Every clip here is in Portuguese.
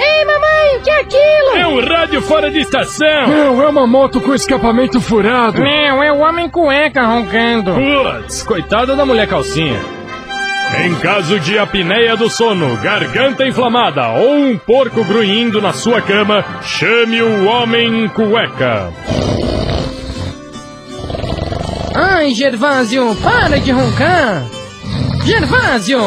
Ei, mamãe, que é aquilo? É um rádio fora de estação. Não, é uma moto com escapamento furado. Não, é o homem cueca roncando. Putz, coitada da mulher calcinha. Em caso de apneia do sono, garganta inflamada ou um porco grunhindo na sua cama, chame o Homem Cueca. Ai, Gervásio, para de roncar. Gervásio!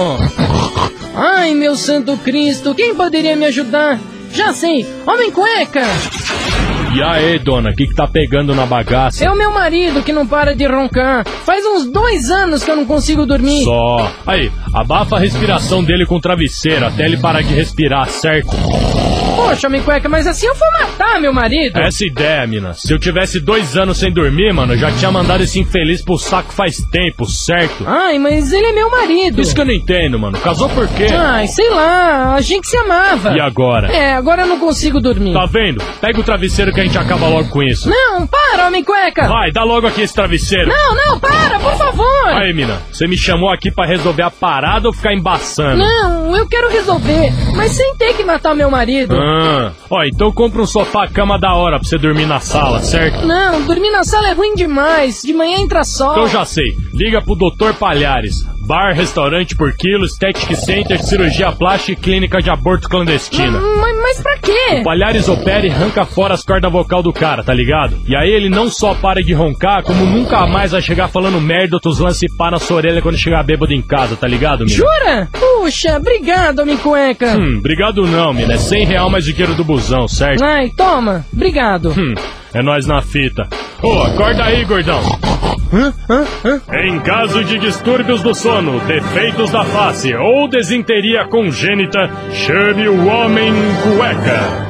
Ai, meu santo Cristo, quem poderia me ajudar? Já sei, homem cueca. E aí, dona, o que, que tá pegando na bagaça? É o meu marido que não para de roncar. Faz uns dois anos que eu não consigo dormir. Só. Aí, abafa a respiração dele com o travesseiro até ele parar de respirar, certo? Poxa, homem cueca, mas assim eu vou matar meu marido. Essa ideia, mina. Se eu tivesse dois anos sem dormir, mano, eu já tinha mandado esse infeliz pro saco faz tempo, certo? Ai, mas ele é meu marido. Isso que eu não entendo, mano. Casou por quê? Ai, sei lá, achei que se amava. E agora? É, agora eu não consigo dormir. Tá vendo? Pega o travesseiro que a gente acaba logo com isso. Não, para, homem cueca. Vai, dá logo aqui esse travesseiro. Não, não, para, por favor. Aí, mina, você me chamou aqui pra resolver a parada ou ficar embaçando? Não, eu quero resolver, mas sem ter que matar meu marido. Ah, ó, então compra um sofá-cama da hora pra você dormir na sala, certo? Não, dormir na sala é ruim demais. De manhã entra sol. Então já sei, liga pro Dr. Palhares. Bar, restaurante por quilo, static center, cirurgia plástica e clínica de aborto clandestina. Hum, Mas, mas pra quê? Palhares opera e arranca fora as cordas vocal do cara, tá ligado? E aí ele não só para de roncar, como nunca mais vai chegar falando merda, outros lance pá na sua orelha quando chegar bêbado em casa, tá ligado, mina? Jura? Puxa, obrigado, homem cueca. Hum, obrigado não, mina. É 100 real mais dinheiro do busão, certo? Ai, toma, obrigado. Hum, é nós na fita. Ô, acorda aí, gordão. Em caso de distúrbios do sono, defeitos da face ou desinteria congênita, chame o homem cueca.